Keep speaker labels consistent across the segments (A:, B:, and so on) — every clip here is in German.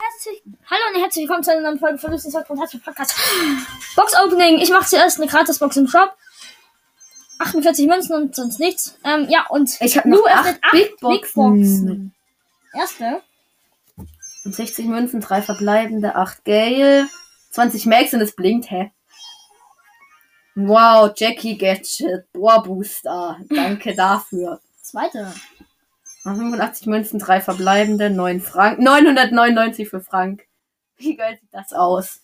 A: herzlich, hallo und herzlich willkommen zu einer neuen Folge von Lucy's Hot Fantastic Podcast. Box Opening. Ich mache zuerst eine Gratis-Box im Shop. 48 Münzen und sonst nichts. Ähm, ja, und
B: Ich habe
A: Lou
B: noch
A: öffnet
B: 8
A: acht
B: Big
A: Bigboxen.
B: Boxen.
A: erste.
B: Und 60 Münzen, 3 verbleibende, 8 Gale, 20 Max und es blinkt, hä? Wow, Jackie Gadget, Boah Booster. Danke dafür.
A: Zweite.
B: 85 Münzen, 3 verbleibende, 9 Frank, 999 für Frank. Wie geil sieht das aus?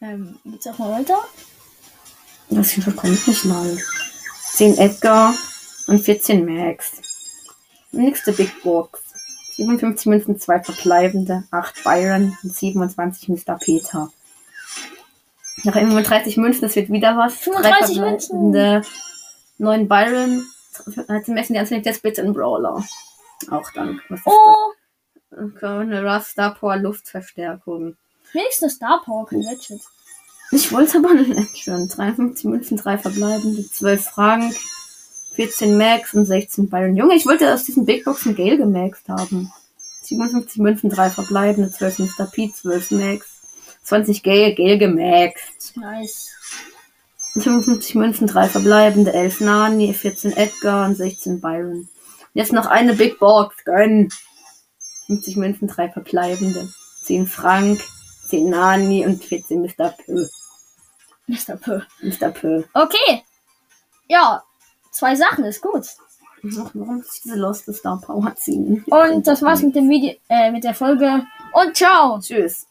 A: Ähm, geht's auch mal weiter?
B: Das Video kommt nicht mal. 10 Edgar und 14 Max. Nächste Big Box. 57 Münzen, 2 verbleibende, 8 Byron und 27 Mr. Peter. Nach 35 Münzen, das wird wieder was.
A: 35
B: Drei
A: Münzen.
B: verbleibende, 9 Byron, 13 Max und die anderen jetzt bitte ein Brawler. Auch dann. Was ist
A: Oh,
B: das? Colonel Ruff, Star Power, Luftverstärkung.
A: wenigstens Star Power kein Gadget.
B: Ich wollte aber eine Legend. 53 Münzen, 3 verbleibende, 12 Frank, 14 Max und 16 Byron. Junge, ich wollte aus diesen Big Boxen Gale gemaxt haben. 57 Münzen, 3 verbleibende, 12 Mr. P, 12 Max, 20 Gale, Gale gemaxt.
A: Nice.
B: 55 Münzen, 3 verbleibende, 11 Nani, 14 Edgar und 16 Byron. Jetzt noch eine Big Box, gönn. 50 Münzen, 3 verbleibende, 10 Frank, 10 Nani und 14 Mr. P.
A: Mr. P.
B: Mr. P.
A: Okay. Ja, zwei Sachen ist gut.
B: Ach, warum muss ich diese Lost Star Power ziehen?
A: Und das war's mit dem Video, äh, mit der Folge. Und ciao.
B: Tschüss.